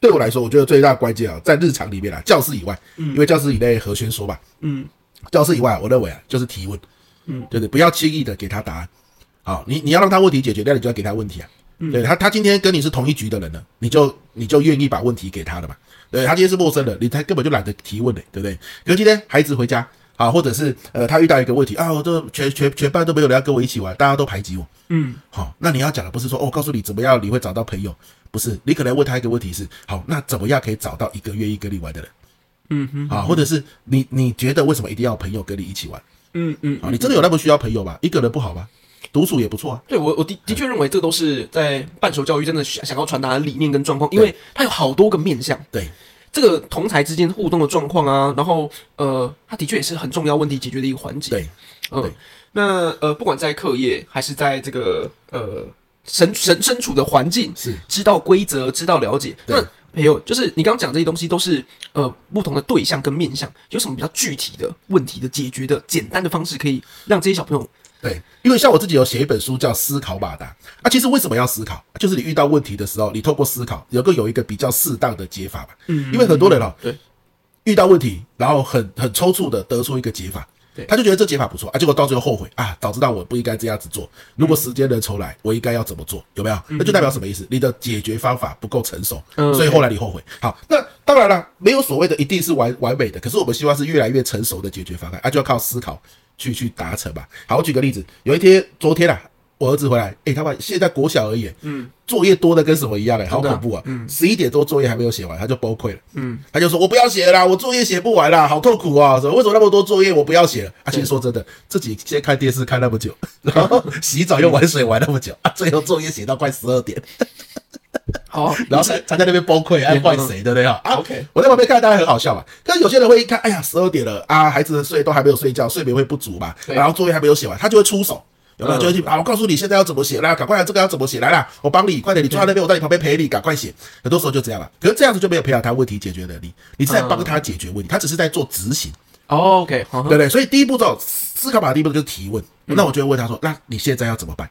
对我来说，我觉得最大的关键啊，在日常里面啦，教室以外，因为教室以内何轩说嘛，嗯，教室以外，我认为啊，就是提问，嗯，对对，不要轻易的给他答案。好，你你要让他问题解决，那你就要给他问题啊。嗯对他，他今天跟你是同一局的人了，你就你就愿意把问题给他的嘛？对他今天是陌生人，你他根本就懒得提问的，对不对？可是今天孩子回家啊，或者是呃，他遇到一个问题啊，我都全全全班都没有人要跟我一起玩，大家都排挤我，嗯，好、那你要讲的不是说哦，告诉你怎么样你会找到朋友，不是，你可能问他一个问题是，好，那怎么样可以找到一个愿意跟你玩的人？嗯哼，啊，或者是你你觉得为什么一定要有朋友跟你一起玩？嗯嗯，啊，你真的有那么需要朋友吗？一个人不好吗？独处也不错啊。对我我的的确认为这都是在半熟教育真的想想要传达的理念跟状况，因为它有好多个面向。对，这个同才之间互动的状况啊，然后呃，它的确也是很重要问题解决的一个环节。对，嗯对，那呃，不管在课业还是在这个呃身身身处的环境，是知道规则，知道了解。对那没有，就是你刚刚讲这些东西都是呃不同的对象跟面向，有什么比较具体的问题的解决的简单的方式，可以让这些小朋友对，因为像我自己有写一本书叫《思考马达》，啊，其实为什么要思考？啊就是你遇到问题的时候，你透过思考，能够有一个比较适当的解法吧。嗯，因为很多人哦，对，遇到问题，然后很很抽搐的得出一个解法对，他就觉得这解法不错啊，结果到最后后悔啊，早知道我不应该这样子做，如果时间能重嗯来，我应该要怎么做？有没有？那就代表什么意思？你的解决方法不够成熟，嗯所以后来你后悔。好，那当然了，没有所谓的一定是完完美的，可是我们希望是越来越成熟的解决方案，啊，就要靠思考去去达成吧。好，我举个例子，有一天，昨天啊。我儿子回来，诶、他们现在国小而已，嗯，作业多的跟什么一样、诶，好真的啊恐怖啊！嗯，十一点多作业还没有写完，他就崩溃了，嗯，他就说：“我不要写了啦，我作业写不完啦，好痛苦啊！什么为什么那么多作业，我不要写了？”啊，其实说真的，自己先看电视看那么久，然后洗澡又玩水玩那么久，啊，最后作业写到快十二点， *laughs* 好，然后才才在那边崩溃，哎，怪谁对不对啊啊嗯 OK 我在旁边看，当然很好笑嘛。但是有些人会一看，哎呀，十二点了啊，孩子睡都还没有睡觉，睡眠会不足嘛，对然后作业还没有写完，他就会出手。有没有嗯就会去啊？我告诉你现在要怎么写啦，赶快啊，这个要怎么写来啦，我帮你，快点，你坐在那边，我在你旁边陪你，赶快写。很多时候就这样了，可是这样子就没有培养他问题解决能力，你是在帮他解决嗯问题，他只是在做执行。哦 OK 好，对不对？所以第一步骤思考法的第一步骤就是提问，那我就会问他说：“那你现在要怎么办？”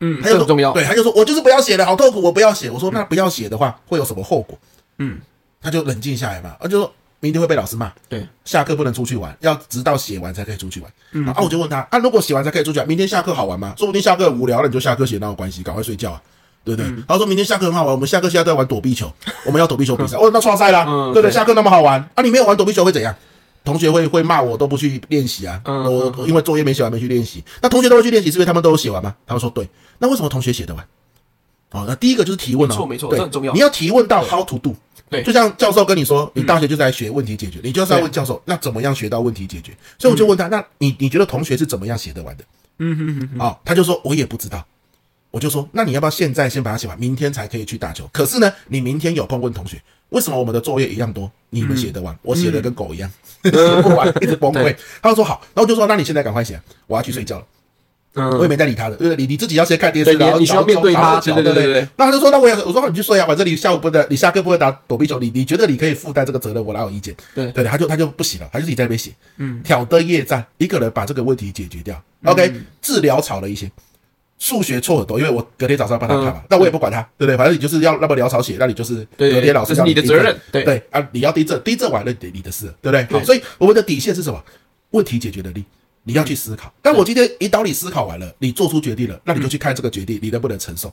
嗯，他就这说很重要。对，他就说：“我就是不要写了，好痛苦，我不要写。”我说：“那不要写的话会有什么后果？”嗯，他就冷静下来嘛，他就说明天会被老师骂，对，下课不能出去玩，要直到写完才可以出去玩。嗯，啊，我就问他啊，如果写完才可以出去玩，明天下课好玩吗？说不定下课很无聊了，你就下课写，哪有关系？赶快睡觉啊。对不对？嗯他说明天下课很好玩，我们下课现在都在玩躲避球，我们要躲避球比 *laughs* 赛。哦，那创赛啦，嗯对不对对？下课那么好玩啊，你没有玩躲避球会怎样？同学会会骂我都不去练习啊，嗯我我因为作业没写完没去练习。那同学都会去练习，是因为他们都有写完吗？他们说对。那为什么同学写得完？哦，那第一个就是提问哦，没错没错对这很重要你要提问到 how to do，对就像教授跟你说，你大学就在学问题解决，你就是要问教授，那怎么样学到问题解决？所以我就问他，那你你觉得同学是怎么样写得完的？嗯哼哼，哦，他就说我也不知道。我就说，那你要不要现在先把它写完，明天才可以去打球？可是呢，你明天有空问同学，为什么我们的作业一样多，你们写得嗯完，我写的跟 *laughs* 狗一样，写不完，一直崩 *laughs* 溃对。他就说好，然后我就说，那你现在赶快写，我要去睡觉了。我也嗯，没在理他的，因为你你自己要先看电视，啊对你然后你需要然后面对他然后对然后对对对对对那他就说，那我也我说你去睡啊，反正你下午不能，你下课不会打躲避球，你你觉得你可以负担这个责任，我哪有意见？对对，他就他就不行了，他就自己在那边写，嗯，挑灯夜战，一个人把这个问题解决掉。OK，治嗯疗吵了一些。数学错很多，因为我隔天早上帮他看嘛，那我也不管他，对不对？反正你就是要那么潦草写，那你就是嗯对隔天老师这是要你的订责正任对对啊，你要订正，订正完了你你的事了，对不对？对好，所以我们的底线是什么？问题解决能力，你嗯要去思考。但我今天引导你思考完了，你做出决定了，那你就去看这个决定你能不能承受。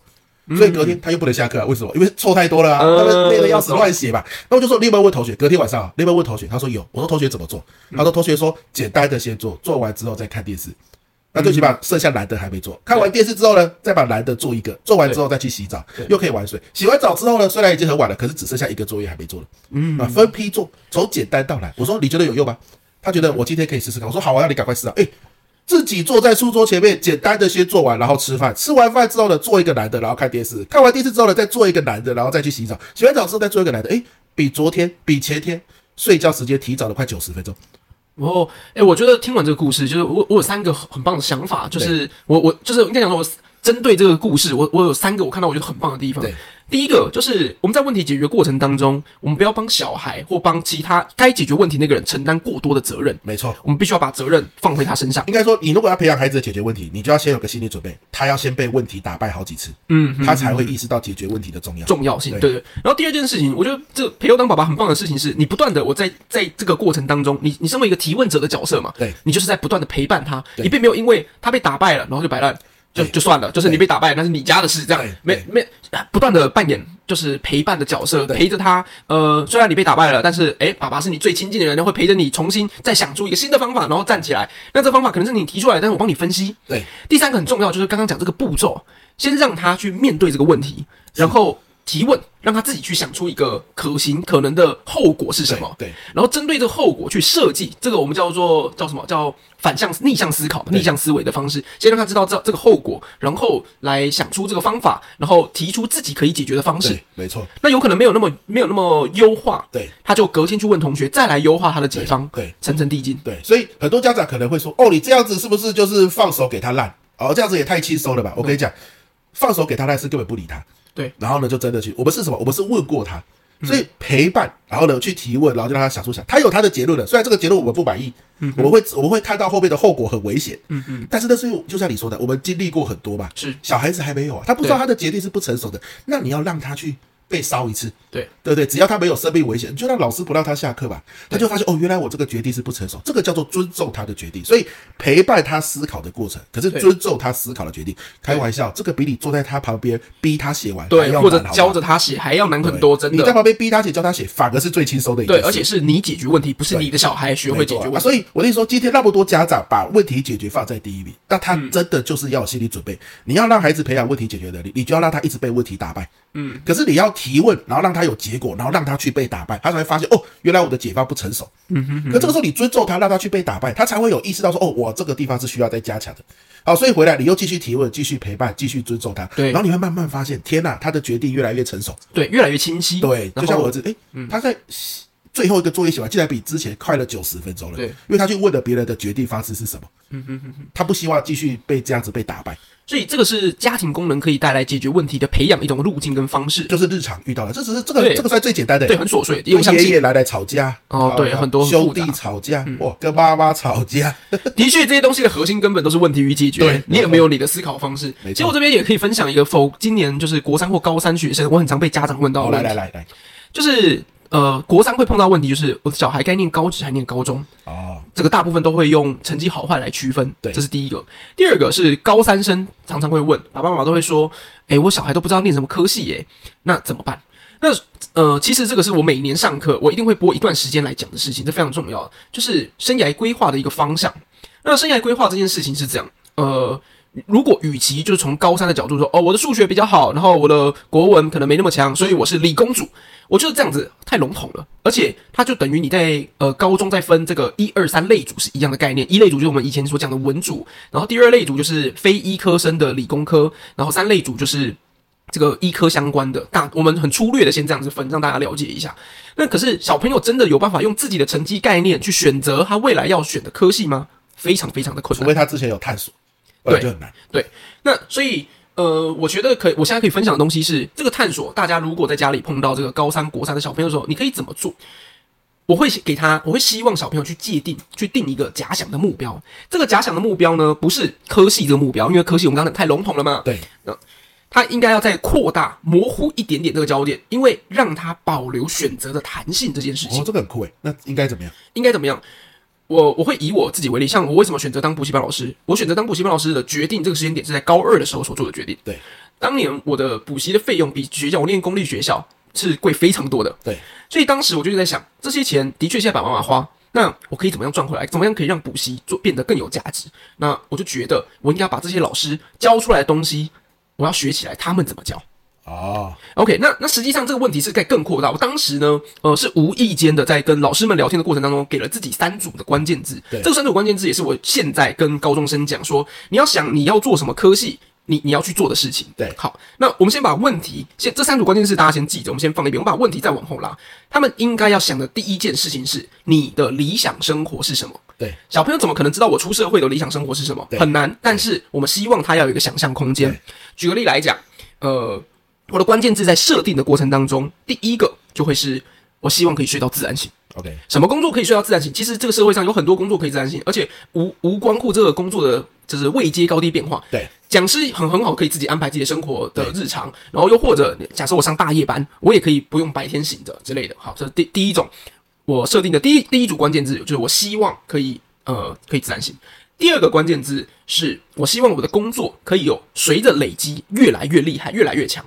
所以隔天他又不能下课、啊，为什么？因为错太多了啊，嗯他们累得要死，乱写嘛。那我就说，你有没有问同学？隔天晚上、啊，你有没有问同学？他说有。我说同学怎么做？他说同学说简单的先做，做完之后再看电视。那最起码剩下难的还没做，看完电视之后呢，再把难的做一个，做完之后再去洗澡，又可以玩水。洗完澡之后呢，虽然已经很晚了，可是只剩下一个作业还没做了，嗯啊，分批做，从简单到难。我说你觉得有用吗？他觉得我今天可以试试看。我说好啊，那你赶快试啊。哎，自己坐在书桌前面，简单的先做完，然后吃饭。吃完饭之后呢，做一个难的，然后看电视。看完电视之后呢，再做一个难的，然后再去洗澡。洗完澡之后再做一个难的。哎，比昨天，比前天睡觉时间提早了快九十分钟。然后，哎，我觉得听完这个故事，就是我我有三个很很棒的想法，就是我我就是应该讲说，我针对这个故事，我我有三个我看到我觉得很棒的地方对。第一个就是我们在问题解决过程当中，我们不要帮小孩或帮其他该解决问题那个人承担过多的责任，没错，我们必须要把责任放回他身上。应该说，你如果要培养孩子的解决问题，你就要先有个心理准备，他要先被问题打败好几次，嗯，他才会意识到解决问题的重要。重要性，对对对。然后第二件事情，我觉得这培优当爸爸很棒的事情是，你不断的我在在这个过程当中，你你身为一个提问者的角色嘛，对你就是在不断的陪伴他，你并没有因为他被打败了，然后就摆烂，就对就算了，就是你被打败，那是你家的事，这样对没没不断的扮演就是陪伴的角色，对陪着他。呃，虽然你被打败了，但是诶，爸爸是你最亲近的人，会陪着你重新再想出一个新的方法，然后站起来。那这方法可能是你提出来的，但是我帮你分析，对，第三个很重要，就是刚刚讲这个步骤，先让他去面对这个问题，然后提问，让他自己去想出一个可行可能的后果是什么。对对然后针对这个后果去设计，这个我们叫做叫什么叫反向逆向思考、逆向思维的方式，先让他知道这这个后果，然后来想出这个方法，然后提出自己可以解决的方式对。，没错，那有可能没有那么没有那么优化，对他就隔天去问同学，再来优化他的解方，对对层层递进。对，所以很多家长可能会说，哦，你这样子是不是就是放手给他烂？哦，这样子也太轻松了吧？我跟你讲，放手给他烂是根本不理他。对，然后呢，就真的去，我们是什么？我们是问过他，所以陪伴，然后呢去提问，然后就让他想出想，他有他的结论了。虽然这个结论我们不满意，嗯，我们会我们会看到后面的后果很危险，嗯嗯，但是那是因为就像你说的，我们经历过很多嘛，是小孩子还没有啊，他不知道对他的决定是不成熟的，那你要让他去被烧一次，对对不对？只要他没有生命危险，你就让老师不让他下课吧。他就发现哦，原来我这个决定是不成熟，这个叫做尊重他的决定。所以陪伴他思考的过程，可是对尊重他思考的决定。开玩笑，这个比你坐在他旁边逼他写完还对，要或者难好吧教着他写还要难很多，真的。你在旁边逼他写，教他写，反而是最轻松的一件对，事。而且是你解决问题，不是你的小孩学会解决问啊题。所以我跟你说，今天那么多家长把问题解决放在第一名，那他嗯真的就是要有心理准备。你要让孩子培养问题解决能力，你就要让他一直被问题打败。嗯，可是你要提问，然后让他有结果，然后让他去被打败，他才会发现哦，原来我的解方不成熟。嗯哼可这个时候你尊重他，让他去被打败，他才会有意识到说哦，我这个地方是需要再加强的。好，所以回来你又继续提问，继续陪伴，继续尊重他。对然后你会慢慢发现，天呐，他的决定越来越成熟。对，越来越清晰。对，然就像后嗯我儿子，诶，他在最后一个作业写完，竟然比之前快了九十分钟了。对嗯因为他去问了别人的决定方式是什么。他不希望继续被这样子被打败，所以这个是家庭功能可以带来解决问题的培养一种路径跟方式。就是日常遇到的，这只是这个对这个算最简单的。对，很琐碎，因为我跟相爷信爷奶奶吵架，哦对啊很多很兄复杂嗯弟吵架，哇，跟妈妈吵架，的确这些东西的核心根本都是问题与解决。对你有没有你的思考方式？没错其实我这边也可以分享一个否今年就是国三或高三学生，我很常被家长问 *laughs* 到好，的问哦来题，来来来，就是呃国三会碰到问题，就是我的小孩该念高职还念高中？哦，这个大部分都会用成绩好坏来区分，对这是第一个。第二个是高三生常常会问，爸爸妈妈都会说：“诶，我小孩都不知道念什么科系耶，那怎么办？”那呃，其实这个是我每年上课我一定会拨一段时间来讲的事情，这非常重要，就是生涯规划的一个方向。那生涯规划这件事情是这样，呃。如果与其就是从高三的角度说，哦，我的数学比较好，然后我的国文可能没那么强，所以我是理工组，我觉得这样子太笼统了，而且它就等于你在呃高中在分这个一二三类组是一样的概念，一类组就是我们以前所讲的文组，然后第二类组就是非医科生的理工科，然后三类组就是这个医科相关的大，我们很粗略的先这样子分，让大家了解一下。那可是小朋友真的有办法用自己的成绩概念去选择他未来要选的科系吗？非常非常的困除难非。他之前有探索，不然对就很难。对，那所以呃，我觉得可以，我现在可以分享的东西是这个探索。大家如果在家里碰到这个高三、国三的小朋友的时候，你可以怎么做？我会给他，我会希望小朋友去界定，去定一个假想的目标。这个假想的目标呢，不是科系这个目标，因为科系我们刚才太笼统了嘛。对，他应该要再扩大、模糊一点点这个焦点，因为让他保留选择的弹性这件事情哦，。这个很酷诶，那应该怎么样？应该怎么样？我我会以我自己为例，像我为什么选择当补习班老师？我选择当补习班老师的决定，这个时间点是在高二的时候所做的决定。对，当年我的补习的费用比学校我念公立学校是贵非常多的，对，所以当时我就在想，这些钱的确现在爸爸妈妈花，那我可以怎么样赚回来？怎么样可以让补习做变得更有价值？那我就觉得我应该把这些老师教出来的东西，我要学起来，他们怎么教。哦， OK，那那实际上这个问题是在更扩大。我当时呢，呃，是无意间的在跟老师们聊天的过程当中，给了自己三组的关键字。对这个三组关键字也是我现在跟高中生讲说，你要想你要做什么科系，你你要去做的事情。对好，那我们先把问题，先这三组关键字大家先记着，我们先放一边，我们把问题再往后拉。他们应该要想的第一件事情是，你的理想生活是什么？对小朋友怎么可能知道我出社会的理想生活是什么？对很难。但是我们希望他要有一个想象空间对。举个例来讲，呃，我的关键字在设定的过程当中，第一个就会是我希望可以睡到自然醒。 ，OK，什么工作可以睡到自然醒？其实这个社会上有很多工作可以自然醒，而且无无关乎这个工作的就是位阶高低变化。对，讲师很很好，可以自己安排自己的生活的日常，然后又或者假设我上大夜班，我也可以不用白天醒着之类的。好，这是第第一种我设定的第一第一组关键字，就是我希望可以呃可以自然醒。第二个关键字是我希望我的工作可以有随着累积越来越厉害，越来越强。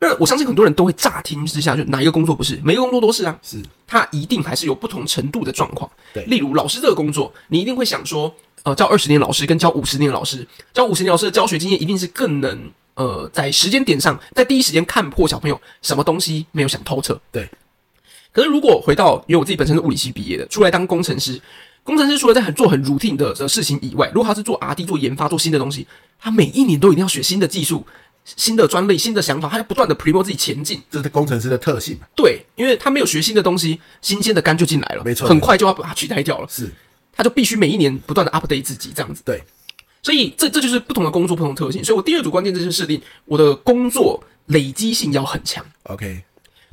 那我相信很多人都会乍听之下就哪一个工作不是，每个工作都是啊，是它一定还是有不同程度的状况。对例如老师这个工作，你一定会想说，呃，教二十年老师跟教五十年老师，教五十年老师的教学经验一定是更能呃在时间点上，在第一时间看破小朋友什么东西没有想透彻。对，可是如果回到，因为我自己本身是物理系毕业的，出来当工程师，工程师除了在很做很 routine 的的事情以外，如果他是做 R D 做研发做新的东西，他每一年都一定要学新的技术、新的专利、新的想法，他要不断的 promote 自己前进。这是工程师的特性嘛？对，因为他没有学新的东西，新鲜的肝就进来了，没错很快就要把它取代掉了。是他就必须每一年不断的 update 自己这样子。对，所以这这就是不同的工作不同的特性。所以我第二组关键字就是设定我的工作累积性要很强。 ，OK，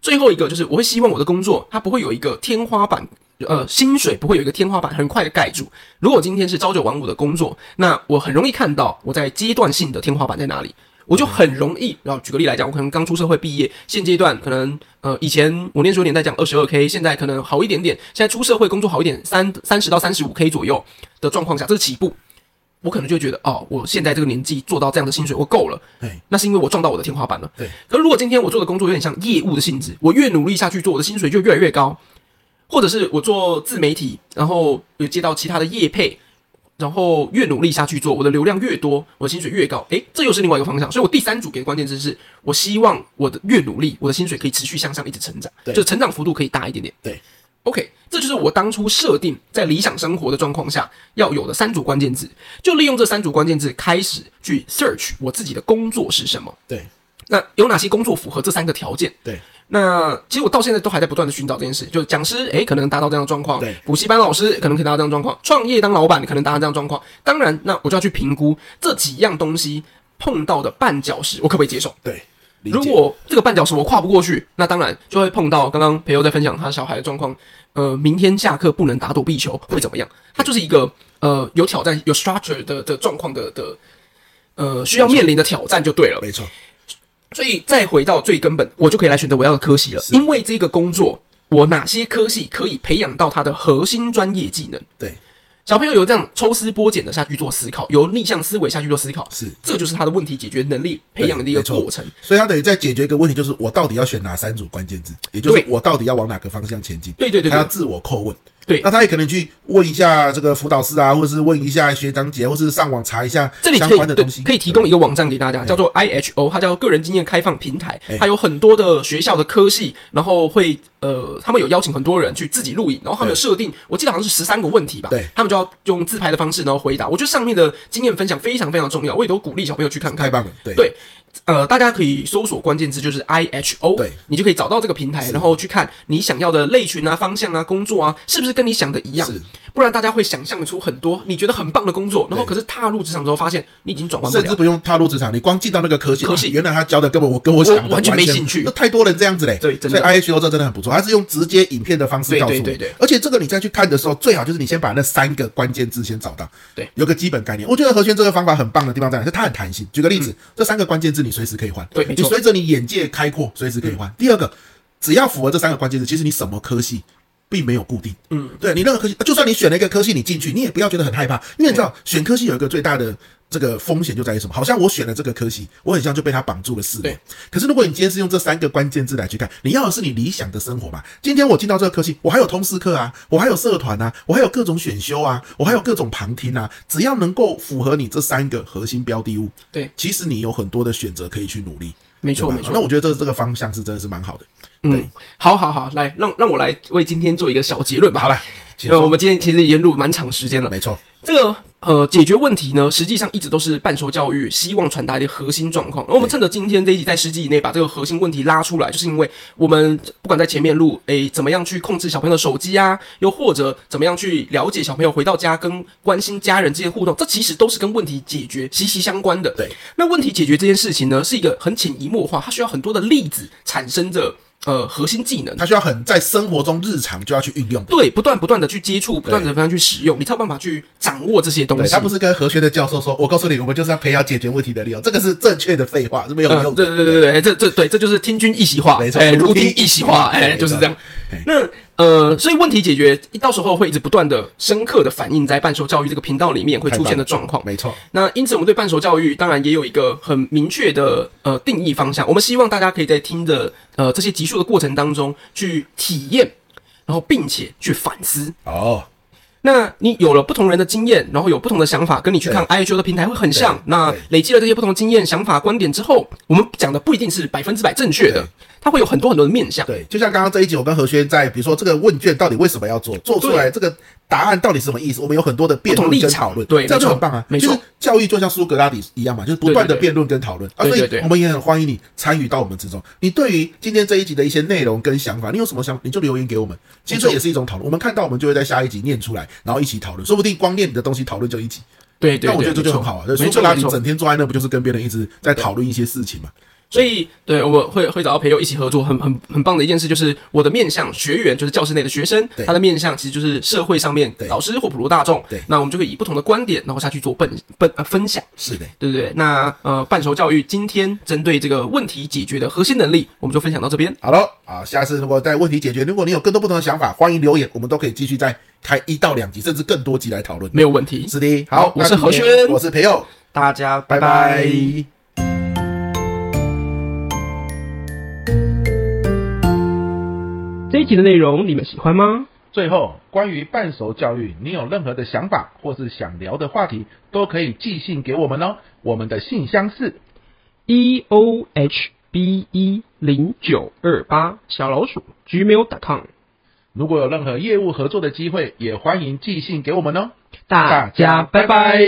最后一个就是我会希望我的工作它不会有一个天花板，呃，薪水不会有一个天花板很快的盖住。如果今天是朝九晚五的工作，那我很容易看到我在阶段性的天花板在哪里。我就很容易，然后举个例来讲，我可能刚出社会毕业，现阶段可能呃，以前我念书的年代讲二十二 k，现在可能好一点点，现在出社会工作好一点，三三十到三十五 k 左右的状况下，这是起步，我可能就会觉得哦，我现在这个年纪做到这样的薪水我够了，哎，那是因为我撞到我的天花板了。对，可如果今天我做的工作有点像业务的性质，我越努力下去做，我的薪水就越来越高，或者是我做自媒体，然后有接到其他的业配，然后越努力下去做，我的流量越多，我的薪水越高，诶，这又是另外一个方向。所以我第三组给的关键字是，我希望我的越努力，我的薪水可以持续向上，一直成长，对就成长幅度可以大一点点。对，OK，这就是我当初设定在理想生活的状况下要有的三组关键字，就利用这三组关键字开始去 search 我自己的工作是什么。对那有哪些工作符合这三个条件？对那其实我到现在都还在不断的寻找这件事，就是讲师诶可能达到这样的状况，对补习班老师可能可以达到这样的状况，创业当老板可能达到这样的状况。当然，那我就要去评估这几样东西碰到的绊脚石，我可不可以接受？对，理解如果这个绊脚石我跨不过去，那当然就会碰到刚刚培友在分享他小孩的状况，呃，明天下课不能打躲避球会怎么样？他就是一个呃有挑战、有 structure 的的状况的的呃需要面临的挑战就对了。没错，所以再回到最根本，我就可以来选择我要的科系了。因为这个工作，我哪些科系可以培养到他的核心专业技能？对，小朋友有这样抽丝剥茧的下去做思考，由逆向思维下去做思考，是这就是他的问题解决能力培养的一个对没错过程。所以他等于在解决一个问题，就是我到底要选哪三组关键字，也就是对我到底要往哪个方向前进。对对对对他要自我叩问。对那他也可能去问一下这个辅导师啊，或者是问一下学长姐，或是上网查一下这里相可以关的对东西，可以提供一个网站给大家，叫做 IHO，它叫个人经验开放平台，哎它有很多的学校的科系，然后会呃，他们有邀请很多人去自己录影，然后他们有对设定，我记得好像是十三个问题吧，对他们就要用自拍的方式然后回答。我觉得上面的经验分享非常非常重要，我也都鼓励小朋友去看看太。棒了，对对，呃，大家可以搜索关键字就是 I H O，对你就可以找到这个平台，然后去看你想要的类群啊、方向啊、工作啊，是不是跟你想的一样是？不然大家会想象出很多你觉得很棒的工作，然后可是踏入职场之后发现你已经转换不甚至了。不用踏入职场，你光进到那个科系，哦科系原来他教的根本我跟我想的我完全没兴趣那太多人这样子嘞。对真的所以 I H O 这真的很不错，他是用直接影片的方式对告诉你。对对对而且这个你再去看的时候，最好就是你先把那三个关键字先找到，对，有个基本概念。我觉得何轩这个方法很棒的地方在哪？是它很弹性。举个例子，这三个关键字你随时可以换，对没你错随着你眼界开阔，随时可以换。第二个，只要符合这三个关键字，其实你什么科系。并没有固定，嗯，对你任何科系，就算你选了一个科系，你进去，你也不要觉得很害怕，因为你知道选科系有一个最大的这个风险就在于什么？好像我选了这个科系，我很像就被它绑住了四年对。可是如果你今天是用这三个关键字来去看，你要的是你理想的生活嘛？今天我进到这个科系，我还有通识课啊，我还有社团啊，我还有各种选修啊，我还有各种旁听啊，只要能够符合你这三个核心标的物，对，其实你有很多的选择可以去努力。没错对吧没错那我觉得这这个方向是真的是蛮好的。嗯，好好好，来让让我来为今天做一个小结论吧。好了，请呃，我说，们今天其实已经录蛮长时间了。没错，这个呃，解决问题呢，实际上一直都是半熟教育希望传达的核心状况。而我们趁着今天这一集在十集以内把这个核心问题拉出来，就是因为我们不管在前面录，诶，怎么样去控制小朋友的手机啊，又或者怎么样去了解小朋友回到家跟关心家人之间的互动，这其实都是跟问题解决息息相关的。对，那问题解决这件事情呢，是一个很潜移默化，它需要很多的例子产生着呃核心技能。他需要很在生活中日常就要去运用。对，不断不断的去接触，不断的不断地去使用，你才有办法去掌握这些东对西。他不是跟和学的教授说，我告诉你，我们就是要培养解决问题的理由，这个是正确的废话，是没有用嗯，对的。对对对，对这这对，这就是听君一席话，没错哎如如听 *laughs* 听一席话，哎，没错就是这样。那呃，所以问题解决，到时候会一直不断的深刻的反映在半熟教育这个频道里面会出现的状况。没错，那因此，我们对半熟教育当然也有一个很明确的呃定义方向。我们希望大家可以在听着呃这些集数的过程当中去体验，然后并且去反思。哦，那你有了不同人的经验，然后有不同的想法，跟你去看 IHO 的平台会很像对。那对累积了这些不同经验、想法、观点之后，我们讲的不一定是百分之百正确的对，它会有很多很多的面向。对，就像刚刚这一集，我跟何轩在比如说这个问卷到底为什么要做，做出来这个答案到底什么意思，我们有很多的辩不同论立场跟讨论，对这样就没错很棒啊。没错就是教育就像苏格拉底一样嘛，就是不断对的对对辩论跟讨论啊，对所对以对我们也很欢迎你参与到我们之中。你对于今天这一集的一些内容跟想法，你有什么想法，你就留言给我们。其实这也是一种讨论，我们看到我们就会在下一集念出来，然后一起讨论，说不定光念你的东西讨论就一起。对对那对，我觉得这就没错很好啊。苏没格错拉没底错。整天坐在那，不就是跟别人一直在讨论一些事情嘛？所以，对我们会会找到培友一起合作，很很很棒的一件事，就是我的面向学员就是教室内的学生，对他的面向其实就是社会上面对老师或普罗大众。对那我们就会以不同的观点，然后下去做分分呃分享。是的，对对对，那呃，半熟教育今天针对这个问题解决的核心能力，我们就分享到这边。好了啊，下次如果在问题解决，如果你有更多不同的想法，欢迎留言，我们都可以继续再开一到两集，甚至更多集来讨论。没有问题。是的，好好，我是那今天何轩我是培佑，大家拜拜拜拜这一集的内容你们喜欢吗？最后，关于半熟教育，你有任何的想法或是想聊的话题，都可以寄信给我们哦。我们的信箱是 e o h b e 零九二八小老鼠 gmail.com，如果有任何业务合作的机会，也欢迎寄信给我们哦。大家拜拜